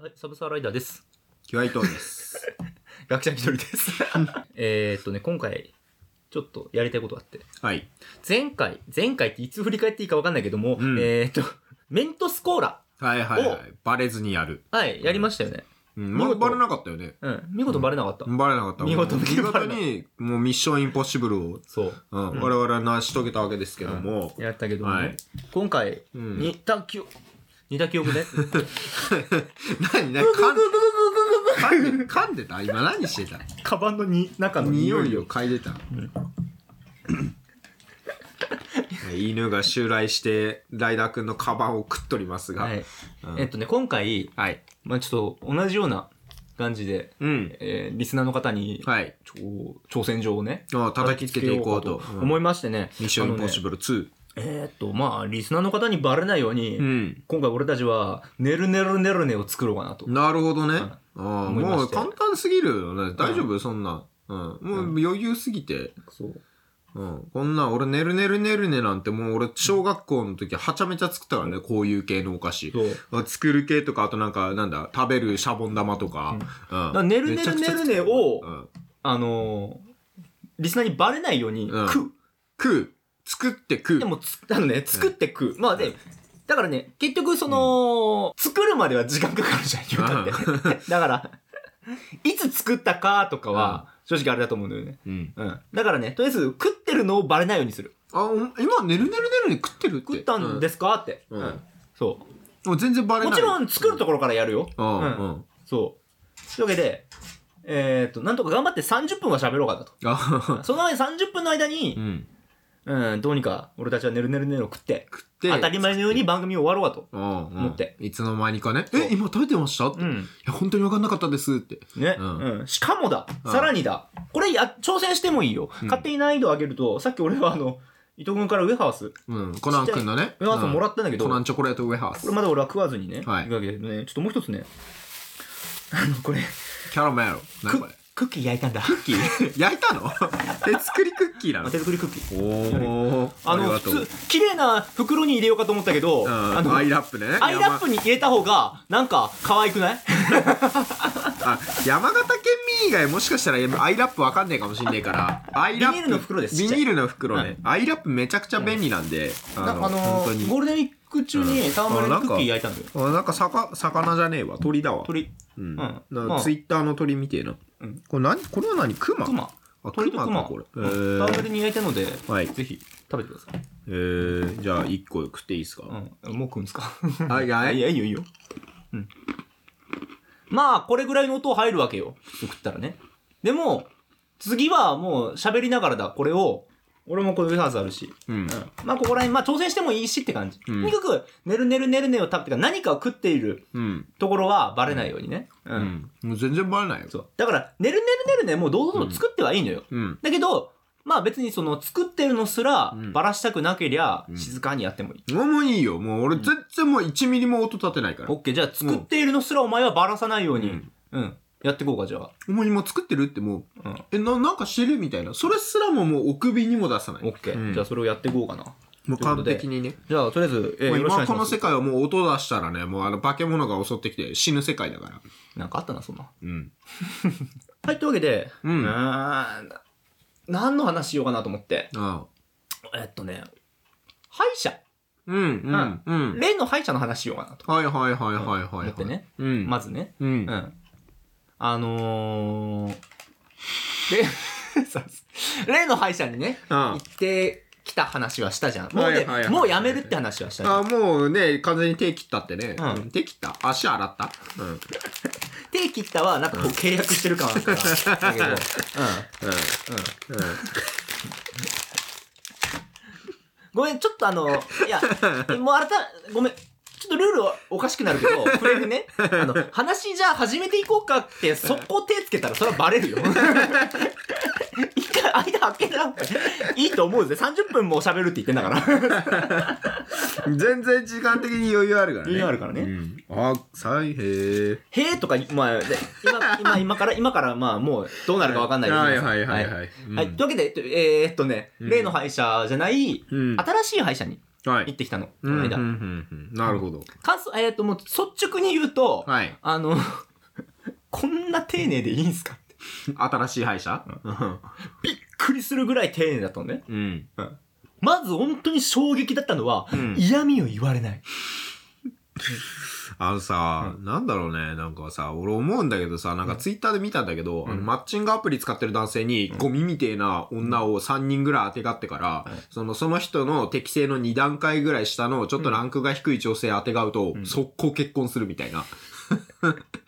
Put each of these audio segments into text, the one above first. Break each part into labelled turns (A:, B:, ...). A: はい、サブサーライダーです。
B: キュアイトー ンです。
A: 学者一人です。 えーっとね、今回、ちょっとやりたいことがあって。
B: はい。
A: 前回、前回っていつ振り返っていいかわかんないけども、
B: うん
A: えーっと、メントスコーラ。
B: はいはいはい。バレずにやる。
A: はい、やりましたよね。
B: うん。
A: 見
B: ま
A: 事
B: あ、バレなかったよね。
A: うん。見事バレなかった。
B: バレなかった。
A: 見事に
B: 見
A: バ
B: 事
A: レない
B: に、もうミッションインポッシブルを、
A: そう。
B: うん、
A: うん
B: 我々は成し遂げたわけですけども、
A: やったけどもね、
B: はい
A: 今回、
B: うん
A: 似た記憶、似た記憶ね。
B: 何何噛ん噛んで噛んでた今何してた
A: カバンのに中の
B: 匂
A: 匂い
B: い
A: を
B: を。嗅いでた。犬が襲来して、ライダーくんのカバンを食っとりますが。
A: は。い。
B: うん
A: えーっとね、今回、
B: はい。
A: まあちょっと同じような感じで、
B: うん。
A: えーリスナーの方に、
B: はい。
A: ちょ挑戦状をね、
B: あ叩きつけていこうと。うん
A: 思いましてね。
B: ミッションインポッシブル2。
A: あのねえーっと、まあ、リスナーの方にバレないように、
B: うん。
A: 今回俺たちは、ねるねるねるねを作ろうかなと。
B: なるほどね。ああ
A: 思いま
B: も
A: し
B: う
A: て
B: 簡単すぎるよね。大丈夫、そんな。うん。もう余裕すぎて。
A: そう。
B: うん。こんなん、俺、ねるねるねるねなんてもう俺、小学校の時、はちゃめちゃ作ったからね、こういう系のお菓子。作る系とか、あとなんか、なんだ、食べるシャボン玉とか。うん。
A: からねるねるねるねを
B: うん
A: あのーリスナーにバレないように、
B: うん
A: 食う。
B: 食う。作って食う。
A: でもつ、あのね、作って食う。まあね、だからね、結局その、作るまでは時間かかるじゃん、言うたって。 だから、いつ作ったかとかは、正直あれだと思うんだよね。
B: うん。
A: うん。だからね、とりあえず食ってるのをバレないようにする。
B: あ、お今、ねるねるねるね食ってるって。。
A: 食ったんですすかって。
B: うん
A: そう。
B: もう全然バレない。
A: もちろん作るところからやるよ。
B: うん。うん。
A: うんそう。というわけで、えーっと、なんとか頑張って30分は喋ろうかなと。
B: あ
A: その前に30分の間
B: う
A: に、
B: ん。
A: うん、どうにか俺たちはねるねるねるを食って、
B: 食って。
A: 当たり前のように番組を終わろうかと。
B: 持
A: 持って
B: いつの間にかね、
A: う
B: え、今食べてましたって、
A: う
B: い
A: ん。
B: や、本当に分かんなかったですって。
A: ね。
B: うん
A: うん。しかもだ。
B: うん
A: さらにだ。これや、挑戦してもいいよ。
B: うん
A: 勝手に難易度を上げると、さっき俺はあの、伊藤君からウェハース、ウ
B: うん。コナン君のね。
A: ェハースもらったんだけ
B: うん
A: ど、
B: コナン
A: こ
B: チョコレートウェハース
A: れ。まだ俺は食わずにね、
B: はい
A: くわけでね、ちょっともう一つね、あの、これ、
B: キャラメル。何これ
A: クッキー焼いたんだ。クッキー
B: 焼いたの手作りクッキーなの
A: 手作りクッキー。
B: おー。
A: あの、
B: りがとう
A: 普通、綺麗な袋に入れようかと思ったけど、
B: うん
A: あの、
B: アイラップね。
A: アイラップに入れた方が、なんか、可愛くない
B: 山あ、山形県民以外もしかしたらアイラップわかんねえかもしんねえから。アイラップ。
A: ビニールの袋ですち
B: ビ
A: っ
B: ニ
A: ちゃい
B: ールの袋ね。アイラップめちゃくちゃ便利なんで。
A: なあの
B: 本当
A: ゴー
B: に。
A: ルデンウィーク中に
B: うん
A: サーマルの
B: あなん
A: ク
B: か
A: ッキー焼いたんだよ。
B: あなんかさか、魚じゃねえわ。鳥だわ。
A: 鳥、
B: うん。
A: うん
B: なん
A: ま
B: か
A: あ
B: ツイッターの鳥みてえな。
A: うん
B: これ何これは何クマ
A: クマ。
B: あ、
A: 鳥
B: ク
A: と
B: マ
A: ク
B: か
A: マ。
B: これ。
A: う
B: え
A: んサーマル
B: ー、
A: に焼いたので、
B: はい
A: ぜひ、食べてください。
B: えー、じゃあ1個食っていいですか、
A: うん。もう食うんですか
B: はいはい
A: や、 いいよいいよ。うん。まあ、これぐらいの音入るわけよ。食ったらね。でも、次はもう喋りながらだ、これを、俺もこれウェハースあるし。
B: うん
A: うんまあここら辺、まあ挑戦してもいいしって感じ。
B: うん
A: とにかく、ねるねるねるねを食べてから何かを食っている
B: うん。
A: ところはバレないようにね。う。
B: うんん。もう全然バレないよ。
A: そう。だから、ねるねるねるねもう堂々と作ってはいいのよ。
B: うん。
A: だけど、まあ別にその作ってるのすら
B: うん
A: バラしたくなけりゃ
B: うん
A: 静かにやってもいい。
B: もうもういいよ。もう俺全然もう1ミリも音立てないから。
A: オッケー、じゃあ作っているのすらお前はバラさないように、う
B: うんん、
A: やっていこうか、じゃあ。
B: お前今作ってるっても
A: う
B: う、え、ななんかしてるみたいな。それすらももうお首にも出さない。
A: ん。オッケー、
B: うん
A: じゃあそれをやっていこうかな。
B: もう完璧にね。
A: じゃあとりあえず、えー、
B: もう
A: よろしくお願
B: 今
A: いし
B: こ
A: ま
B: の
A: す
B: 世。界はもう音出したらね、もうあの化け物が襲ってきて死ぬ世界だから。
A: なんかあったな、そんな。
B: うん。
A: はい、というわけで、
B: うん
A: ーん何の話しようかなと思って。
B: ああ。
A: えっとね、歯医者。
B: うん。うん。うん。
A: 例の歯医者の話しようかなと。
B: はいはいはいはいはい、はい。
A: 思ってね。
B: うん。
A: まずね。
B: う。
A: うんん。あのー、で さ例の歯医者にね、行
B: あ
A: ってきた話はしたじゃん。もう
B: は
A: ね
B: いはいは、い
A: もうやめるって話はしたじゃ
B: あ、
A: ん。
B: もうね、完全に手切ったってね。
A: うん
B: うん手切った足洗ったうん。うん。
A: 手切ったは、なんかこう契約してる感あるから。 だけど、うん。うん。
B: うん。
A: ごめん、ちょっと あの、いや、もう改め、ごめん。ちょっとルールはおかしくなるけ ど、これでね、あの、話じゃあ始めていこうかって、速攻手つけたらそれはバレるよ。 一回間開けたら、いいと思うぜ。30分も喋るって言ってんだから。
B: 全然時間的に余裕あるから
A: 余
B: ね。
A: 裕あるからね
B: うん。あ、さいへー。
A: へえとか、まあ、で今、今、今から、今から、まあ、もう、どうなるかわかんない
B: はいはいはいはい
A: はい。
B: はい。うん
A: はいというわけで、えっとえーっとね、
B: うん
A: 例の歯医者じゃない、
B: うん。
A: 新しい歯医者に
B: は
A: 行っ
B: い。
A: てきたの、こ
B: うん
A: の
B: うん
A: 間。
B: うんうんなるほど。
A: 感想、えっ、と、もう率直に言うと、
B: はい。
A: あの、 こんな丁寧でいいんすかって。
B: 新しい歯医者
A: びっくりするぐらい丁寧だったのね。
B: うん。
A: まず本当に衝撃だったのは、
B: うん
A: 嫌味を言われない。
B: あのさ、なんだろうね、なんかさ、俺思うんだけどさ、なんかツイッターで見たんだけど、
A: うん
B: あのマッチングアプリ使ってる男性に、ゴミみてえな女を3人ぐらい当てがってか
A: う
B: ら、
A: ん
B: その、その人の適性の2段階ぐらい下の、ちょっとランクが低い女性当てがうと、
A: うん
B: 速攻結婚するみたいな。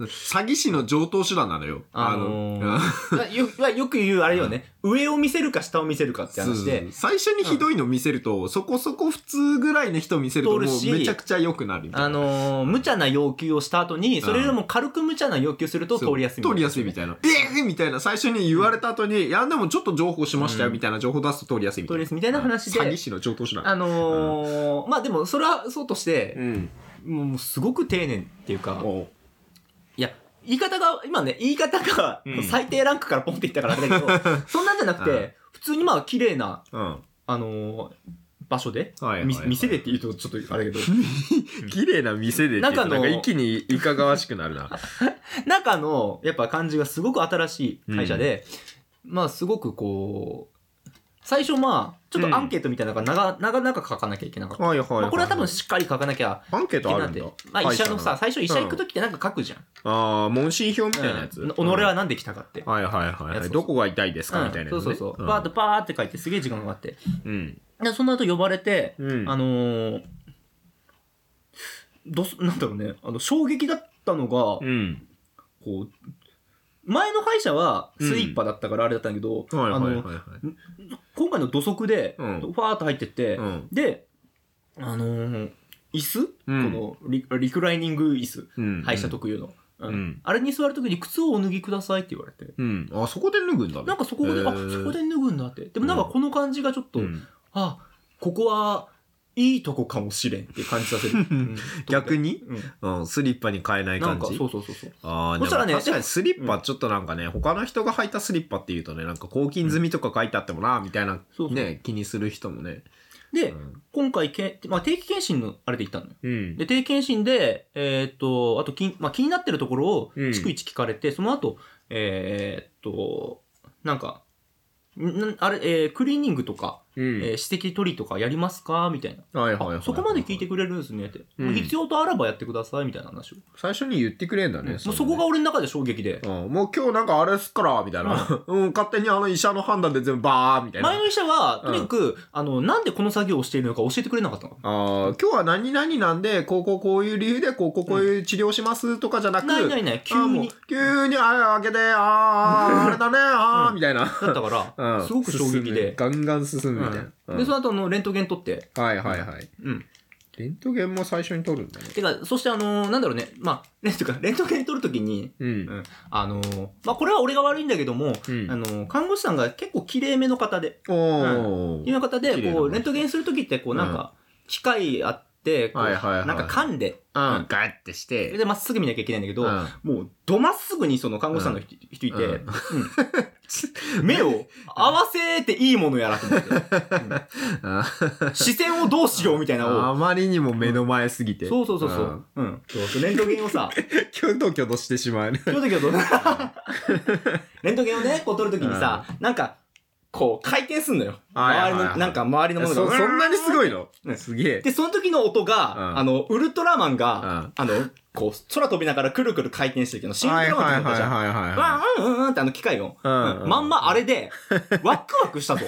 B: 詐欺師の上等手段なのよ。
A: あのーだ よよく言うあれよね、上を見せるか下を見せるかって
B: そうそ
A: 話
B: う
A: で、
B: 最初にひどいの見せると、そこそこ普通ぐらいの人見せると、もう
A: 通るし
B: めちゃくちゃ良くなるみたいな。
A: あのー無茶な要求をした後に、それよりも軽く無茶な要求すると通
B: そう
A: りやすい。
B: 通りやすいみたいな。ええみたいな。最初に言われた後に、いや、でもちょっと情報しましたよ、
A: うん
B: みたいな情報出すと通りやすいみた
A: 通
B: いな。
A: りやすいみたいな話で
B: 詐欺師の上等手段。
A: あのーまあでも、それはそうとして、
B: ん。
A: もうすごく丁寧っていうか、
B: おう
A: いや、言い方が、今ね、言い方が
B: うん
A: 最低ランクからポンっていったからあれだけど、 そんなんじゃなく
B: う
A: て、普通にまあ綺麗な、
B: うん。
A: あのー場所で、
B: はいはいはい
A: み店でって言うとちょっとあれ だけど、
B: 綺麗な店でって言うと
A: なんかあの
B: にいかがわしくなる な。
A: 中のやっぱ感じがすごく新しい会社で、まあすごくこう最初まあちょっとアンケートみたいなのが長,、長々書かなきゃいけなかった、
B: はいはいはい、
A: まあ、これは多分しっかり書かなきゃ
B: アンケー
A: いけ
B: トあ
A: なく
B: るん
A: て
B: だ。
A: まあ、医者のさ
B: 歯
A: 最初医者行く時ってなんか書くじゃん、
B: 医者のああ、問診票みたいなやつ。
A: うん己は何で来たかって、
B: うん。はいはいはい
A: や
B: は
A: つ
B: い。どこが痛いですか、
A: うん
B: みたいなやつ、
A: そ
B: ね。
A: うそうそう、
B: ん
A: バーッとバーって書いてすげえ時間があって
B: うん。
A: でその後呼ばれて、
B: うん
A: あのーどうす なんだろうねあの衝撃だったのが、
B: うん。
A: こう前の歯医者はスイッパだったからあれだったんだけど、
B: はいは
A: あ
B: いはい
A: の
B: はい。
A: 今回の土足で、
B: うん
A: ファーッと入ってって、
B: うん
A: であのー椅子、
B: うん
A: このリリクライニング椅子
B: うん
A: 歯医者特有の、うん
B: うん
A: あれに座る時に靴をお脱ぎくださいって言われて
B: うん。あ、そこで脱ぐんだね。
A: なんかそこで、
B: へ
A: あ
B: ー
A: そこで脱ぐんだってでもなんかこの感じがちょっと、
B: うん
A: あここはいいとこかもしれんって感じさ せる、うん
B: 逆、に、
A: うん
B: うん、スリッパに変えない
A: な
B: 感
A: んか
B: じ
A: そうそうそうそう
B: ああ、
A: そしたらね
B: でも確かにスリッパ
A: う
B: ちょっとなんかね、他の人が履いたスリッパっていうとね、なんか抗菌済みとか書いてあってもな、みたいな
A: そうそう
B: ね、気にする人もね。
A: で、
B: うん
A: 今回け、まあ、定期検診のあれで行ったのよ
B: うん。
A: で、定期検診で、えーっと、あと気,、まあ、気になってるところを、
B: うん
A: 逐一聞かれて、その後、えーっと、なんか、んあれ、えークリーニングとか、
B: うん
A: えー指摘取りとかやりますかみたいな。
B: はいはいはいはい。
A: そこまで聞いてくれるんですねって。
B: うん
A: 必要とあらばやってください、みたいな話を。
B: 最初に言ってくれんだ
A: も
B: ね。
A: うそこが俺の中で衝撃で。
B: が、うん、もう今日なんかあれっすから、みたいな。うん、勝手にあの医者の判断で全部バーみたいな。
A: 前
B: あ
A: の医者は、とにかく、あの、なんでこの作業をしているのか教えてくれなかったの。
B: あー今日は何々なんで、こうこうこういう理由で、こうこうこういう治療しますとかじゃなく、
A: ないないない、急
B: あーもう
A: に。
B: 急に、ああ、開けて、ああ、あれ だね、ああ、
A: うん
B: みたいな。
A: だったか
B: う
A: ら、
B: ん
A: すごく衝撃
B: 進む
A: で。
B: ガンガン進むみた
A: うん
B: いな。
A: で、そ
B: うん
A: の後、あの、レントゲン取って。
B: はいはいはい。
A: うん。
B: レントゲンも最初に撮るんだね。
A: てか、そしてあのーなんだろうね、まあ、レントか、レントゲン取るときに、
B: うん。
A: あのーまあ、これは俺が悪いんだけども、
B: うん
A: あのー看護師さんが結構綺麗めの方で、
B: お
A: いう
B: ー。
A: 方
B: 綺
A: で、
B: 麗な
A: こ
B: 方
A: う、レントゲンするときって、こう、なんか、機械あって、こう、
B: はいはいはい
A: なんか噛んで、
B: うん、ガッてし
A: それ
B: て。
A: でまっすぐ見なきゃいけないんだけど、
B: うん
A: もう、どまっすぐにその看護師さんの人人いて、
B: うん
A: うん目を合わせていいものやらと思って、
B: あ
A: うん視線をどうしようみたいなのを、
B: あまりにも目の前すぎて。
A: そうそうそう そう。、うん、そうそうレントゲンをさ、
B: うん。キョドキョドしてしまうね。
A: そうだけど、 レントゲンをね、こう撮るときにさ、なんか、こう回転すんのよ。
B: はいは
A: 周
B: いはい
A: りの、なんか周りのも
B: そ
A: の
B: そ
A: が。
B: んなにすごいの
A: うん
B: すげえ。
A: で、その時の音が、
B: うん
A: あの、ウルトラマン
B: うん
A: が、
B: は
A: あの、こう、空飛びながらくるくる回転してるけど、
B: い
A: シン
B: は
A: デ
B: い
A: レラマンっ
B: は
A: て
B: い
A: ことじゃん。
B: はいはい
A: ワン
B: は
A: うんうんうんってあの機械音。
B: い。うん
A: うんまんまあれで、ワクワクした ぞ。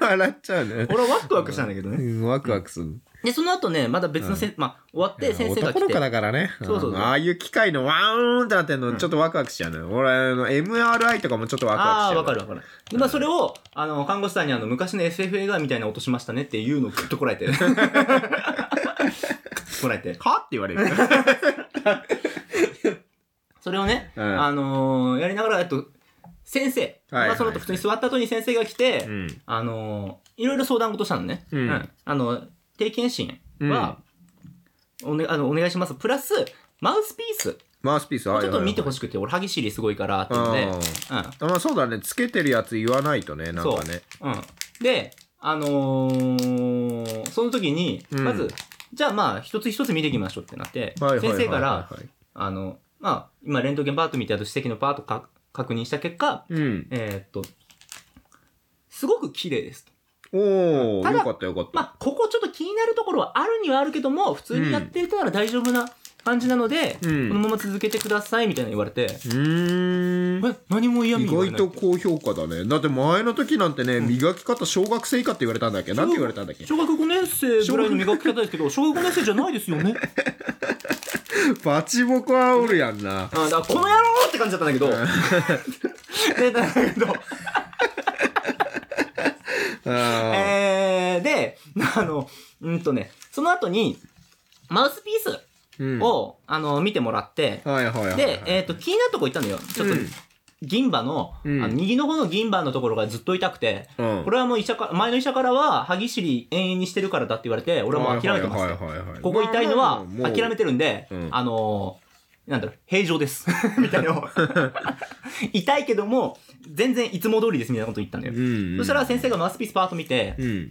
B: 笑っちゃうね。
A: 俺はワクワクしたんだけど
B: う
A: ね。
B: んワクワクする。
A: で、その後ね、まだ別のせ、まあ、終わって先生が
B: 男
A: 来
B: の子
A: て。
B: だからね。
A: そうそうそうん
B: ああいう機械のワーンってなってん
A: う
B: の、
A: ん
B: ちょっとワクワクしちゃうね。俺、あの MRI とかもちょっとワクワク
A: ああ
B: しちゃう。
A: ー、わかるわかる。でまあ、それを、あの、看護師さんにあの、昔の SF 映画みたいな音しましたねっていうのをぐっとこらえ て。こらえて。
B: はって言われる。
A: それをね、
B: うん
A: あのーやりながら、えっと、先生、
B: はい
A: まあ、その後普通に座った後に先生が来て、
B: うん。
A: あのーいろいろ相談事したのね。
B: うん
A: あの、定期検診は、おね、あのお願いします。プラス、マウスピース
B: マウスピース、
A: ちょっと見て
B: ほ
A: ほしくて、俺、歯ぎしりすごいからっていうので、う
B: まあそうだね、つけてるやつ言わないとね、なんかね。
A: ん。うん。で、あのーその時に、
B: うん
A: まず、じゃあまあ、一つ一つ見ていきましょうってなって、
B: はいはいはいはい
A: 先生から、、あの、まあ、今、レントゲンパート見て、あと歯石のパートか確認した結果、
B: うん。
A: えーっと、すごく綺麗ですと。
B: お
A: た
B: ー、
A: だ
B: よかったよかった。
A: まあ、ここちょっと気になるところはあるにはあるけども、普通にやっていたら大丈夫な感じなので、
B: うん
A: このまま続けてくださいみたいなの言われて、
B: うーん。
A: え、何も嫌味
B: 意
A: 言われ
B: 外
A: ない
B: と高評価だね。だって前の時なんてね、磨き方小学生以下って言われたんだっけなんて言われたんだっけ
A: 小学5年生ぐらいの磨き方ですけど、小学5年生じゃないですよ ね。
B: バチボコはおるやんな。
A: あだからこの野郎って感じだったんだけど。 で、だけど、
B: あ
A: えー、で、あの、うんとね、その後に、マウスピース
B: ーうん
A: を、あの、見てもらって、
B: はいはいはいはい。
A: で、えっ、と、気になるとこ行ったのよ。ちょっと、
B: うん
A: 銀歯の、
B: うん
A: あの右の方の銀歯のところがずっと痛くて、
B: うん
A: これはもう医者から、前の医者からは、歯ぎしり延々にしてるからだって言われて、俺はもう諦めてます。
B: はいはいはいはい
A: ここ痛いのは
B: まあ
A: 諦めてるんで、
B: うん
A: あのーなんだろう、平常 です。みたいなのを痛いけども、全然いつも通りですみたいなこと言ったんだよ。
B: うんうん
A: そしたら先生がマウスピースパート見て、
B: うん。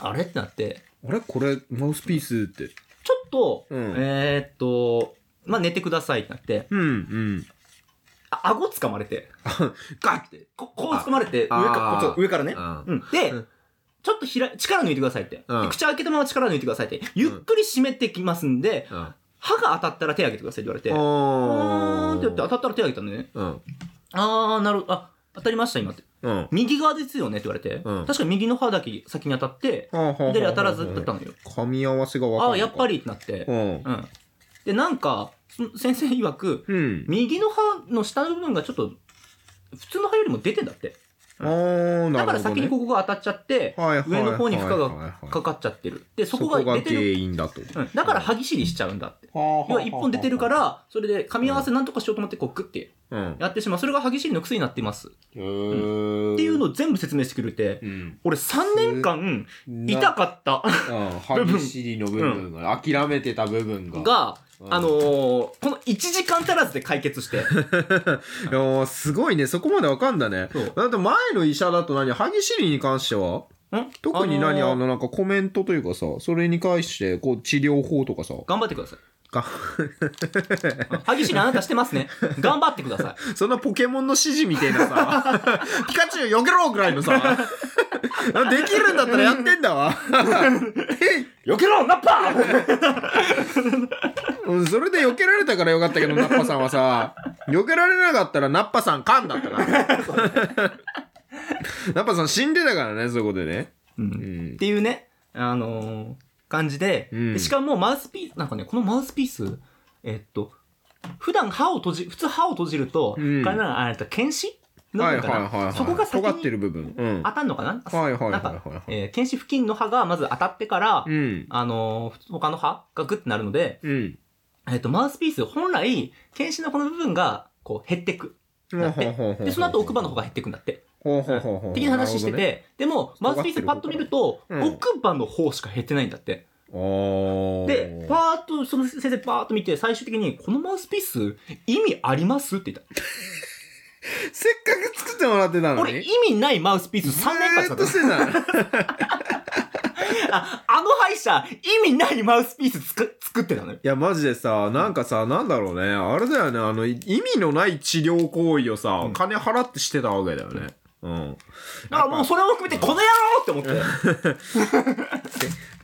A: あれってなって、
B: あれこれ、マウスピースって。
A: ちょっと、
B: うん
A: えーっと、まあ、寝てくださいってなって、
B: うんうん。
A: あ顎掴まれて、
B: ガッて。
A: ここう掴まれて、上
B: あ
A: か
B: あー
A: こっち上からね。
B: あ
A: うん、で、
B: うん
A: ちょっとひら力抜いてくださいって、
B: うん
A: で口開けたまま力抜いてくださいって。ゆっくり締めてきますんで、
B: うん。
A: 歯が当たったら手挙げてくださいって言われて、うーんっ
B: あ
A: て言って当たったら手挙げたんだよね。
B: うん。
A: あー、なるほど。あ、当たりました、今って。
B: うん。
A: 右側ですよねって言われて。
B: うん
A: 確かに右の歯だけ先に当たって、左当たらずだったのよ。
B: 噛み合わせが分か
A: あ
B: んな
A: ー、
B: い
A: やっぱ
B: り。
A: りってなって
B: う。ん。
A: うん。で、なんか、そ先生曰く、
B: うん。
A: 右の歯の下の部分がちょっと、普通の歯よりも出てんだって。
B: あー、な
A: だ
B: るほどね。
A: から先にここが当たっちゃって、
B: はいはいはい
A: 上
B: はいはい
A: の方に負荷がかかっちゃってる。で、そ
B: そ
A: こ
B: こ
A: が
B: が
A: 出て
B: 原
A: る。
B: 因だと。
A: うん、だから歯ぎしりしちゃうんだって。要は一本出てるか、ら、それで噛み合わせなんとかしようと思って、こうグッて
B: うん。
A: やってしまう。それが歯ぎしりの癖になっています。っ
B: へー
A: ていうのを全部説明してくれて、
B: うん。
A: 俺3年間痛かった
B: うん。歯ぎしりの部分が、諦めてた部分が。
A: が、
B: うん
A: あのーこの1時間足らずで解決 して、
B: いやーすごいね。そこまでわかんだね
A: そう。
B: だって前の医者だと何歯ぎしりに関しては特に何、
A: あのー
B: あの、なんかコメントというかさ、それに関して、こう、治療法とかさ、
A: 頑張ってください。
B: が
A: 歯ぎしりあなたしてますね。頑張ってください。
B: そんなポケモンの指示みたいなさ、 ピカチュウよけろぐらいの さ、できるんだったらやってんだわ。
A: よけろナッパ
B: うん、それで避けられたからよかったけど、ナッパさんはさ、避けられなかったらナッパさん噛んだったから。ナッパさん死んでたからね、そういうことでね。
A: う
B: うん
A: っ
B: ん。
A: ていうね、あのー感じで、
B: うん
A: でしかもマウスピース、なんかね、このマウスピース、えっと、普段歯を閉じ、普通歯を閉じると、
B: うん
A: これなあれだ、剣歯の
B: はい
A: 部分
B: は
A: かな、
B: いはい、はい。
A: そこが先
B: 尖って
A: に
B: る部分。うん。
A: 当たんのかな、
B: はいはいはい
A: なんか、
B: はい。
A: えー剣歯付近の歯がまず当たってから、
B: うん。
A: あのー他の歯がグッてなるので、
B: うん。
A: えっと、マウスピース、本来、剣歯のこの部分が、こう、減ってく。だってで、その後奥歯の方が減ってくんだって。
B: ほうほうほうほう。
A: 的な話してて、
B: なる
A: でも、マウスピースパッと見ると、
B: 尖ってる方
A: 奥歯の方しか減ってないんだって。
B: ほどね、
A: で、パーッと、その先生パーッと見て、最終的に、このマウスピース、意味ありますって言っ
B: あーせっかく作ってもらってた
A: た。
B: の
A: 俺、意
B: に。
A: 味ないマウスピース3年間
B: ず
A: 使
B: ーっ
A: っ
B: と
A: た
B: してたの。
A: あ、あの歯医者、意味ないマウスピースつく作ってたのよ。
B: いや、マジでさ、なんかさ、なんだろうね。あれだよね。あの、い意味のない治療行為をさ、
A: うん
B: 金払ってしてたわけだよね。うん。
A: だからもうそれを含めて、この野郎って思って。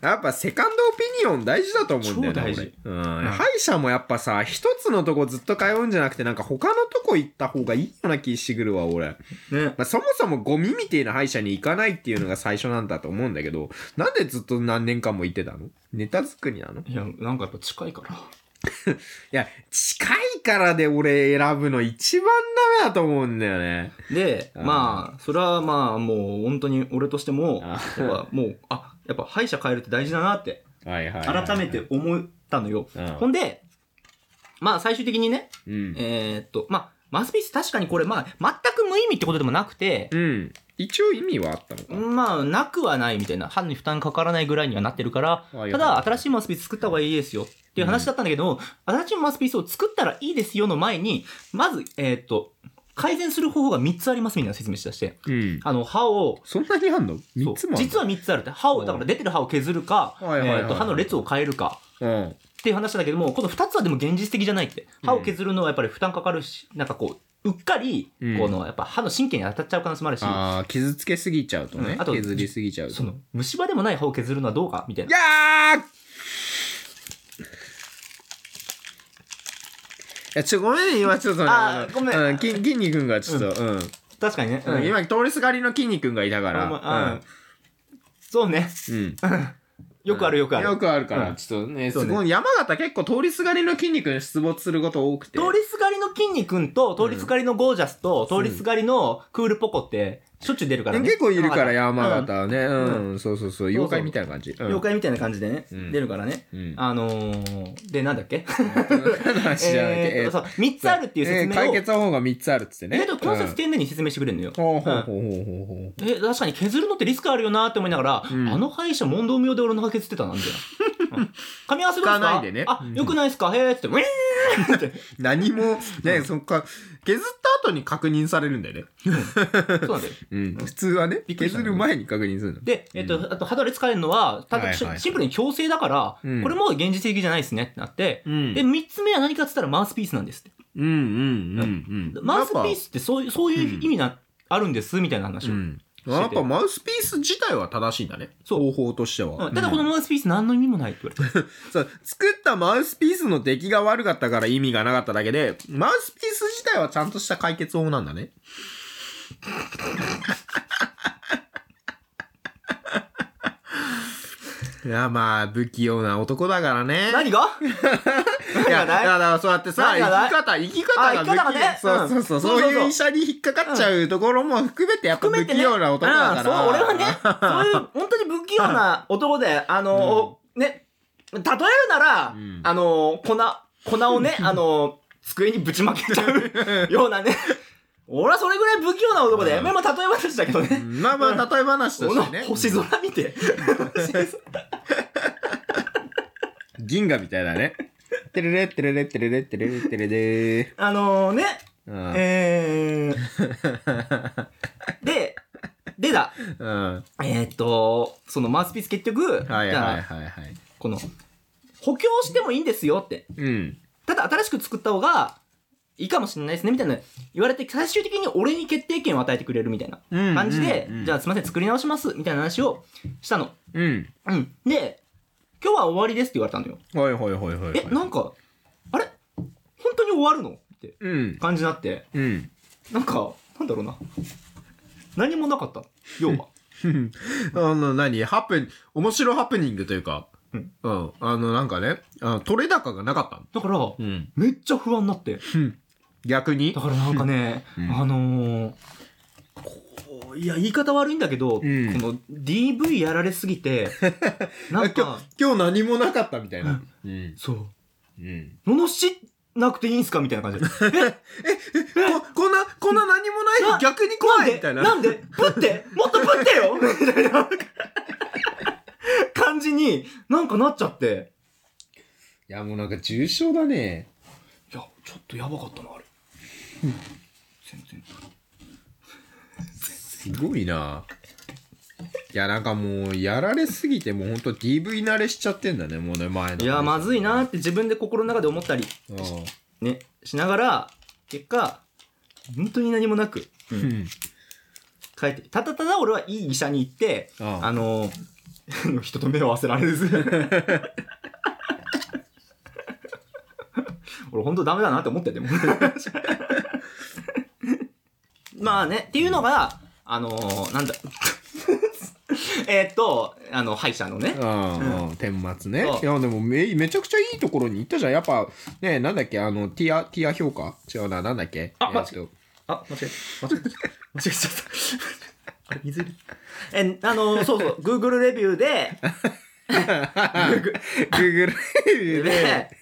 B: やっぱセカンドオピニオン大事だと思うんだよね。
A: 超大事
B: 俺うん。歯医者もやっぱさ、一つのとこずっと通うんじゃなくて、なんか他のとこ行った方がいいような気してくるわ、俺。
A: ね。
B: まあ、そもそもゴミみてえな歯医者に行かないっていうのが最初なんだと思うんだけど、なんでずっと何年間も行ってたのネタ作りなのい
A: いや、なんかやっぱ近いから。
B: や、近いからで俺選ぶの一番ダメだと思うんだよね。
A: で、
B: あー
A: まあ、それはまあ、もう本当に俺としても、や
B: あ
A: っぱもう、あ、やっぱ歯医者変えるって大事だなって、
B: はいはいはい
A: 改めて。思ったのよ。
B: うん
A: ほんで、まあ最終的にね、
B: うん。
A: えーっと、まあ、マスピース確かにこれ、まあ、全く無意味ってことでもなくて、
B: うん。一応意味はあったのか。
A: まあ、なくはないみたいな、歯に負担かからないぐらいにはなってるから、
B: ああいう
A: た
B: こと
A: だ、新しいマウスピース作った方がいいですよっていう話だったんだけど、新しいマウスピースを作ったらいいですよの前に、まず、えーっと、改善する方法が3つありますみたいな説明しだして。
B: うん。
A: あの、歯を、
B: そんなにあんの
A: そう
B: 三つもあんの
A: 実は3つあるって。歯
B: う
A: を、
B: ん
A: だから出てる歯を削るか、え
B: はいはいはい
A: ーっと、歯の列を変えるか。
B: うん。
A: っていう話だけども、この2つはでも現実的じゃないって。歯を削るのはやっぱり負担かかるし、なんかこう、うっかり、
B: うん
A: この、やっぱ歯の神経に当たっちゃう可能性もあるし、
B: ああ、傷つけすぎちゃうとね。
A: うんあと
B: 削りすぎちゃうと。
A: その、虫歯でもない歯を削るのはどうかみたいな。
B: やーいや、ちょ、ごめんね、今ちょっとね。
A: あー
B: の
A: ごめん
B: うん、き筋肉君がちょっと、うん。
A: 確かにね。
B: うん
A: うん
B: 今、通りすがりの筋肉君がいたか
A: あま
B: ら
A: あ。そうね。
B: うん。うん。
A: よくあるよくある。
B: よくあるか
A: う
B: ら、
A: ん
B: ちょっとね、
A: そう
B: す
A: ね
B: ごい、山形結構通りすがりの筋肉に出没すること多くて。
A: 通りすがりの筋肉と、通りすがりのゴージャスと、
B: うん
A: 通りすがりのクールポコって、しょっちゅう出るからね。
B: 結構いるから、山
A: うん
B: 形はね。うんん、そうそうそう、妖怪みたいな感じ。うん
A: 妖怪みたいな感じでね、
B: うん
A: 出るからね。
B: うん。
A: あのー、で、なんだっけ
B: 何の 話じゃなきゃ
A: えーっとそう、3つあるっていう説
B: えー
A: 明
B: 解
A: を、
B: 決方法が3つあるっつってね。
A: けど、この説
B: て。
A: 丁寧に説明してくれるのよ。
B: ほうほう
A: うん
B: ほうほうほうほう。
A: え、確かに削るのってリスクあるよなって思いながら、
B: うん
A: あの歯医者問答無用で俺の歯削ってたなんだよ。うん 噛み合わせどうです
B: 聞かな
A: か
B: いでね
A: あ
B: うん、
A: よくないですかへーっつ って、ウィーンって。
B: 何も、ね、そっか、削った後に確認されるんだよね。
A: そうなんだよ。
B: うん。普通はね、
A: びっくりした
B: 削る前に確認するの。
A: で、えっと、あと、肌で使えるのは、ただ、
B: はいはいはい
A: シンプルに強制だから、
B: うん
A: これも現実的じゃないですねってなって、
B: うん
A: で、3つ目は何かって言ったらマウスピースなんですって。
B: うんうんうんうん。
A: マウスピースってそういう、そういう意味な、あるんですみたいな話を。
B: う
A: うん
B: ん。やっぱマウスピース自体は正しいんだね。
A: そう
B: 方法としては。
A: ただこの
B: うん
A: マウスピース何の意味もないって言われて。
B: そう作ったマウスピースの出来が悪かったから意味がなかっただけで、マウスピース自体はちゃんとした解決法なんだね。 いや、まあ、不器用な男だからね。
A: 何 が
B: いや、
A: 何が
B: だ
A: ない
B: からそうやってさ、
A: 何がな
B: 生
A: い
B: き方、
A: あ生
B: 生き方が
A: き方がね
B: そうそうそう、そう
A: うんそうそうそう
B: いう医者に引っかかっちゃうところも含めて、やっぱ
A: 含
B: 不
A: めて
B: 器
A: ね。
B: 用な男だ
A: う
B: から。
A: んそう、俺はね、そういう、本当に不器用 な男で、あの、ね、例えるなら、
B: うん
A: あの、粉、粉を ね、あの、机にぶちまけちゃうようなね、俺はそれぐらい不器用な男で、
B: うん
A: まあまあ例え話だけどね。
B: うんまあまあ、例え話と
A: こ
B: してね
A: の。星空見て。星空
B: 銀河みたいだ ね。てれれってれれってれれってれれってれれ
A: あのね、
B: うん
A: えー、で、でだ、
B: うん。
A: えーっと、そのマウスピース結局、
B: はい
A: じ
B: はい
A: ゃあ
B: はいはい。
A: この、補強してもいいんですよって。
B: うん。
A: ただ新しく作った方がいいかもしれないですねみたいな言われて最終的に俺に決定権を与えてくれるみたいな
B: うん
A: 感じで、
B: うんうん
A: じゃあすいません作り直しますみたいな話をしたの。
B: うん。
A: うん、で今日は終わりですって言われたのよ。
B: はいはいはいはいはい。
A: えなんかあれ本当に終わるのって
B: うん。
A: 感じになって
B: うん。
A: なんかなんだろうな何もなかった要は。
B: あの、何ハプニ面白ハプニングというか、う
A: うんん。
B: あの、なんかね、あの取れ高がなかったの
A: だから
B: うん。
A: めっちゃ不安になって
B: 逆に
A: だからなんかね、
B: うん
A: あのーこういや言い方悪いんだけど、
B: うん
A: この DV やられすぎ てなん
B: 今
A: か
B: 日、今日何もなかったみたいな。うん。
A: そう
B: うん。
A: 罵しなくていいんすかみたいな 感じで
B: こ、こんな、こんな何もない
A: な
B: の逆に
A: な
B: 怖
A: ん
B: い
A: で
B: みたいな。
A: なんでぶってもっとぶって よみたいな感じになんかなっちゃって
B: いや、もうなんか重症だね。
A: いやちょっとやばかったなあれ、全然
B: すごいな。いや、なんかもう、やられすぎて、もうほんと DV 慣れしちゃってんだね、もうね、前の。
A: いやまずいなーって自分で心の中で思ったり
B: うん。
A: ねしながら結果本当に何もなく
B: うん。
A: 帰ってただただ俺はいい医者に行って
B: ああ
A: あの 人と目を合わせられず 俺本当ダメだなって思ってても まあねっていうのがあのなんだ えーっとあの歯医者のね
B: うんうん、天末ね。い
A: そ
B: や、
A: う
B: でもめ、めちゃくちゃいいところに行ったじゃん。やっぱ、ね、なんだっけ、あの、ティア、ティア評価違うな、なんだっけ
A: あ
B: えっ
A: 待
B: と
A: あ、間違えた。間違えた。間違え ちゃった。あれ、水入れえ、あの、そうそう、Google レビューで、
B: Google レビューで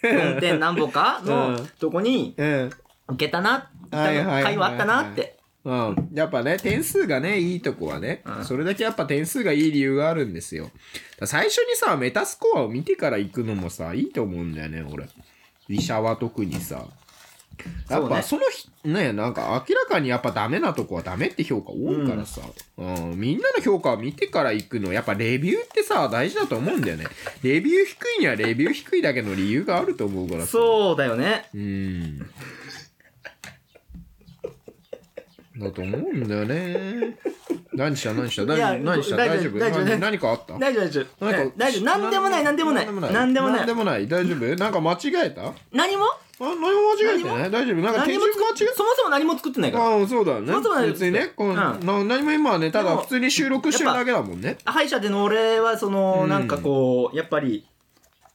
A: で、4点何歩か
B: う
A: の
B: ん
A: とこに、
B: うん。
A: 受けたなっ
B: はいはいはいはい
A: 会話あったなって。
B: うん、やっぱね点数がねいいとこはね、
A: うん
B: それだけやっぱ点数がいい理由があるんですよだから最初にさメタスコアを見てから行くのもさいいと思うんだよね俺医者は特にさやっぱそ
A: そ
B: の日ねなんか明らかにやっぱダメなとこはダメって評価多いからさ、うんみんなの評価を見てから行くのやっぱレビューってさ大事だと思うんだよねレビュー低いにはレビュー低いだけの理由があると思うからさ
A: そうだよね。
B: うん。だと思うんだよね。何した何した
A: いや
B: 何何した
A: 大
B: 大
A: 丈夫
B: 丈夫
A: 大丈夫
B: 何何かあった
A: 大丈夫、大丈夫。
B: 何か
A: 大丈夫。なんでもない、なんでもない。なんでもな
B: 何
A: い
B: で。もない。大丈夫なんか間違えたあ、
A: 何も
B: 何も間違えてない大丈夫なんか手
A: 何も
B: 順間違
A: 作っそもそも何も作ってない
B: え
A: から。
B: ああ、そうだよ
A: そ
B: ね
A: もそも何。も
B: 別にね、こう
A: うん
B: な何も今はね、た
A: で
B: だ
A: も
B: 普通に収録してるだけだもんね。
A: 歯医者での俺は、その、
B: うん
A: なんかこう、やっぱり、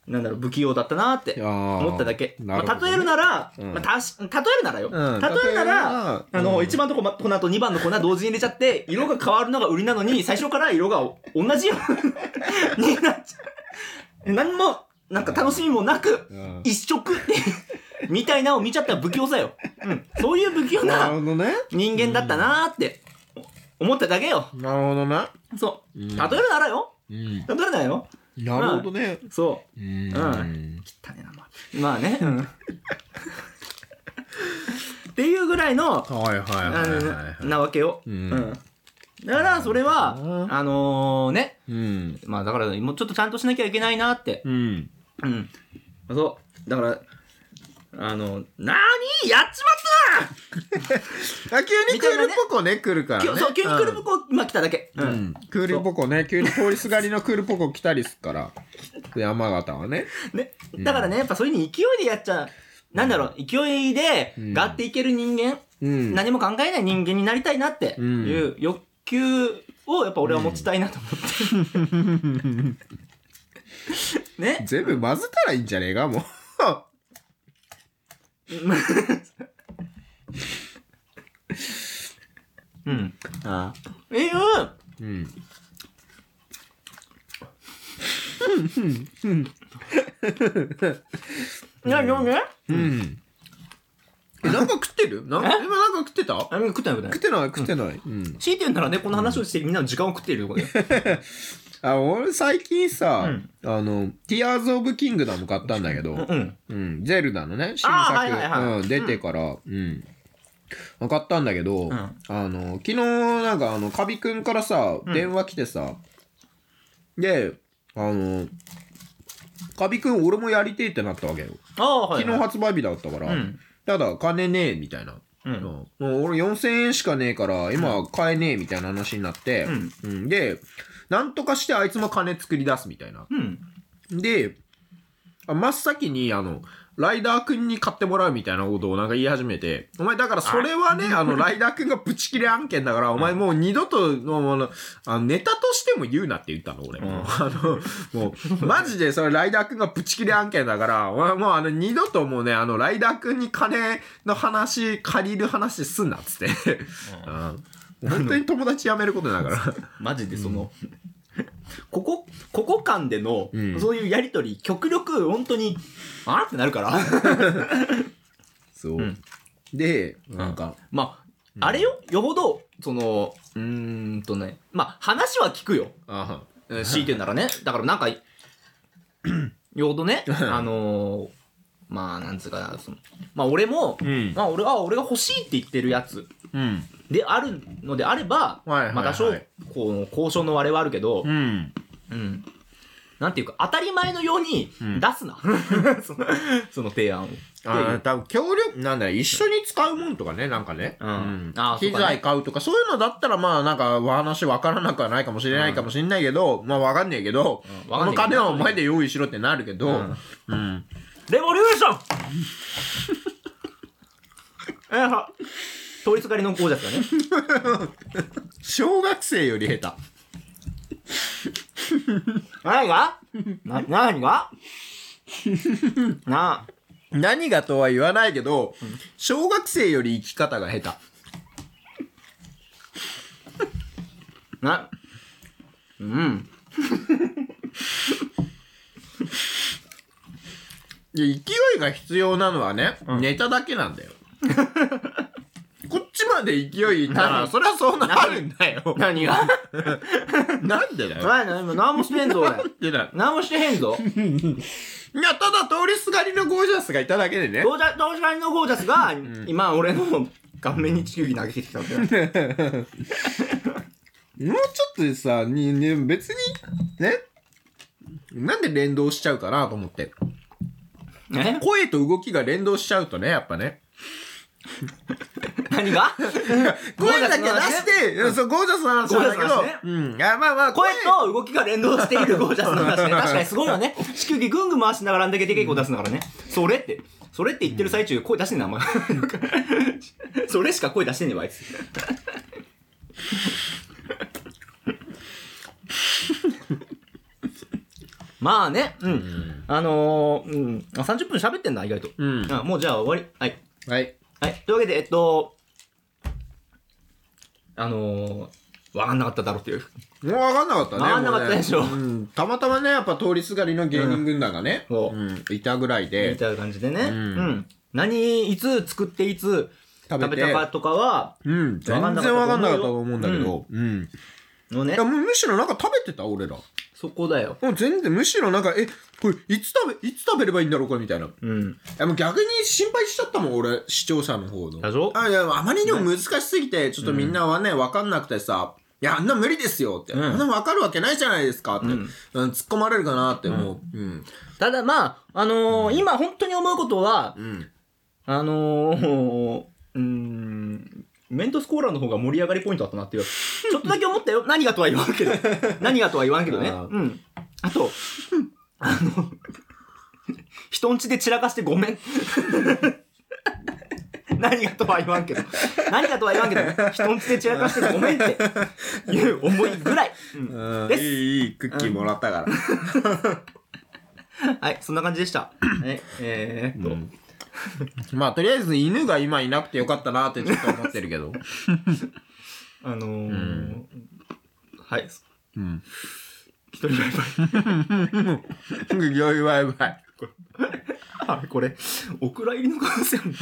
A: なんだろう、不器用だったなって思
B: 思
A: っただけ。
B: な
A: ま
B: るほ
A: あ、
B: どね
A: 例えるなら、
B: うん
A: まあ、たし例えるならよ。
B: うん
A: 例えるなら、
B: 例えるなら
A: あの、
B: うん
A: 一番の粉粉と二番の粉同時に入れちゃって、色が変わるのが売りなのに、最初から色がお同じよにな っちゃう。何も、なんか楽しみもなく、
B: うん
A: 一色って、みたいなのを見ちゃった不器用さよ。うん。そういう不器用
B: なる
A: な
B: ほどね。
A: 人間だったなーって、思っただけよ。
B: なるほどね。
A: そう。
B: う
A: 例え
B: ん
A: るならよ。
B: うん
A: 例えるならよ。
B: なるほどね。
A: そう。
B: うん
A: ん汚ねえなまあまあね、うん、っていうぐらいの
B: はい
A: あ
B: はいはいはい
A: の
B: はい。
A: なわけよ、
B: うん
A: だからそれは
B: うん
A: あのね
B: うん。
A: まあだからもうちょっとちゃんとしなきゃいけないなって
B: うん。
A: うんそうだからあのなにやっちまったな
B: あ、急にクールポコね、来るからね。
A: 今日そう急に来る
B: コ。
A: 僕こ今来ただけう、
B: うんん。クールポコね、急に通りすがりのクールポコ来たりすっから。山形はね。
A: ねだからねやっぱそういうに勢いでやっちゃなんだろう勢いで
B: うん
A: ガっていける人間、
B: うん。
A: 何も考えない人間になりたいなっていう欲求をやっぱ俺は持ちたいなと思 って、ね
B: 全部混ぜたらいいんじゃねえか、もう。
A: うん
B: あ
A: っていう
B: うん。
A: いやでもね
B: うん。え、なんか食って るなんか、今なんか食ってた
A: あ食ってない食ってない
B: 食ってない、食ってない。う
A: 強
B: ん。
A: いて言うならねこの話をしてみんなの時間を食っているところで
B: あ、俺最近さ
A: うん、
B: あの、ティアーズ・オブ・キングダム買ったんだけど。
A: うん
B: うん、ゼルダのね、新
A: あー
B: 作、
A: はいはいはい
B: うん、出てから、うん。買ったんだけど、
A: ん
B: あの、昨日、なんか、あの、カビくんからさ、
A: ん
B: 電話来てさ、で、あの、カビくん、俺もやりてえってなったわけよ。
A: ああはい
B: 昨日発売日だったから、
A: うん
B: ただ、金ねえ、みたいな。
A: う
B: うん
A: ん
B: もう俺4000円しかねえから、今買えねえ、みたいな話になって、
A: うん
B: うんで、なんとかしてあいつも金作り出すみたいな。
A: うん
B: で、あ真っ先に、あの、ライダーくんに買ってもらうみたいなことをなんか言い始めて、お前だからそれはね、あの、ライダーくんがブチ切れ案件だから、お前もう二度と、もうあの、あのネタとしても言うなって言ったの、俺。
A: うん
B: もう あの、もう、マジでそれライダーくんがブチ切れ案件だから、お前もうあの、二度ともうね、あの、ライダーくんに金の話、借りる話すんな、っつって。うん本当に友達辞めることだから。
A: マジでその、ここここ間での、
B: うん
A: そういうやりとり極力本当にあーってなるから
B: そう。
A: うん
B: で、なんか、
A: まあ、あれよ、よほど、その、うーんとね、まあ、話は聞くよ。
B: あは
A: うん強いてんならね。だからなんか、よほどね、あのーまあ、なんつうかな、その、まあ、俺も、
B: うん
A: まあ、俺は、俺が欲しいって言ってるやつ
B: うん。
A: であるのであれば、
B: はいはいはい
A: まあ、多少、こう、交渉の我々はあるけど、
B: うん。
A: うん。なんていうか、当たり前のように
B: うん
A: 出す な。そのその提案を。
B: ああ、多分協力、なんだよ一緒に使うもんとかね、なんかね。
A: うんあー
B: 機
A: そうかね
B: 材買うとか、そういうのだったら、まあ、なんか、お話わからなくはないかもしれないかもしれないけど、まあ、わかんねえけど、
A: うんわ
B: こ
A: かんねえけ
B: の
A: ど
B: 金はお前で用意しろってなるけど、
A: うん
B: うん。
A: レボリューション えは通りすがりのゴージャスがね。
B: 小学生より下
A: 何がな、何がなあ。
B: 手。何がとは言わないけど、小学生より生き方が下
A: な、うん。
B: 手。で、勢いが必要なのはね、ネタだけなんだよ。らで勢いいったら、
A: 何
B: そりゃそうなるんだよ。
A: 何が
B: なんでだよ。
A: 何何も何もしてへんぞ俺
B: なんでだよ。
A: 何もしてへんぞ
B: いや、ただ通りすがりのゴージャスがいただけでね。
A: どうじゃどうしかりのゴージャスが、今俺の顔面に地球儀投げてきたわけだ
B: もうちょっとさ、にね、別に、ね、なんで連動しちゃうかなと思って。
A: え
B: 声と動きが連動しちゃうとね、やっぱね。
A: 何が
B: 声だけ
A: ゴー
B: 出
A: ジャスの話ね
B: して、うんそう、ゴージャスな話なんだけ
A: ゴー
B: ど、
A: ジャス
B: うん。いや、まあまあ、
A: 声と動きが連動しているゴージャスの話ね。確かにすごいわね。地球儀ぐんぐん回しながらあんだけでけえ声出すんだからね。それって、それって言ってる最中声出してんな、お前。 それしか声出してんねえわ、あいつ。 まあね、うん。あのー、うん。あ30分喋ってんだ、意外と。
B: うん。
A: あもうじゃあ終わり。はい。
B: はい。
A: はい。というわけで、えっと、あのー、わかんなかっただろうっていう。
B: もう分かんなかったね。
A: 分かんなかったでしょ
B: もうねうんたまたまね、やっぱ通りすがりの芸人軍団がね、
A: うん
B: うんいたぐらい
A: み
B: で、
A: たいな感じでね。
B: う
A: うんん。何、いつ作っていつ
B: 食べ
A: 食
B: て
A: べたかとかは、
B: うん、全然分かんなかったと思うんだけど、うん。
A: の
B: い
A: ね
B: や、、もうむしろなんか食べてた俺ら。も
A: そこだよ。
B: う全然、むしろなんか、え、これ、いつ食べ、いつ食べればいいんだろうかみたいな。い
A: うん。
B: や、もう逆に心配しちゃったもん、俺、視聴者の方の。
A: でしょ
B: あいや、あまりにも難しすぎて、ちょっとみんなはね、分かんなくてさ、いや、あんな無理ですよって。
A: うん
B: あんな分かるわけないじゃないですかって。う
A: うんん、
B: 突っ込まれるかなって、もう、うん。
A: ただまあ、あのー今本当に思うことは
B: う、ん。
A: あのー、 うーん、メントスコーラの方が盛り上がりポイントだったなっていう。ちょっとだけ思ったよ。 何がとは言わんけど。何がとは言わんけどね。
B: あー
A: うん。あと、あの、人んちで散らかしてごめん。 何がとは言わんけど。何がとは言わんけど、人んちで散らかしてごめんっていう思いぐらい。うん
B: うん
A: です
B: いい、いいクッキーもらったから。
A: はい、そんな感じでした。はい、えーっと、
B: まあ、とりあえず犬が今いなくてよかったなってちょっと思ってる けど。
A: あのーはい、
B: うん。
A: 一人バイバイ。
B: よいわいわい。
A: あれこれ、お蔵入りの可能性あるんだ。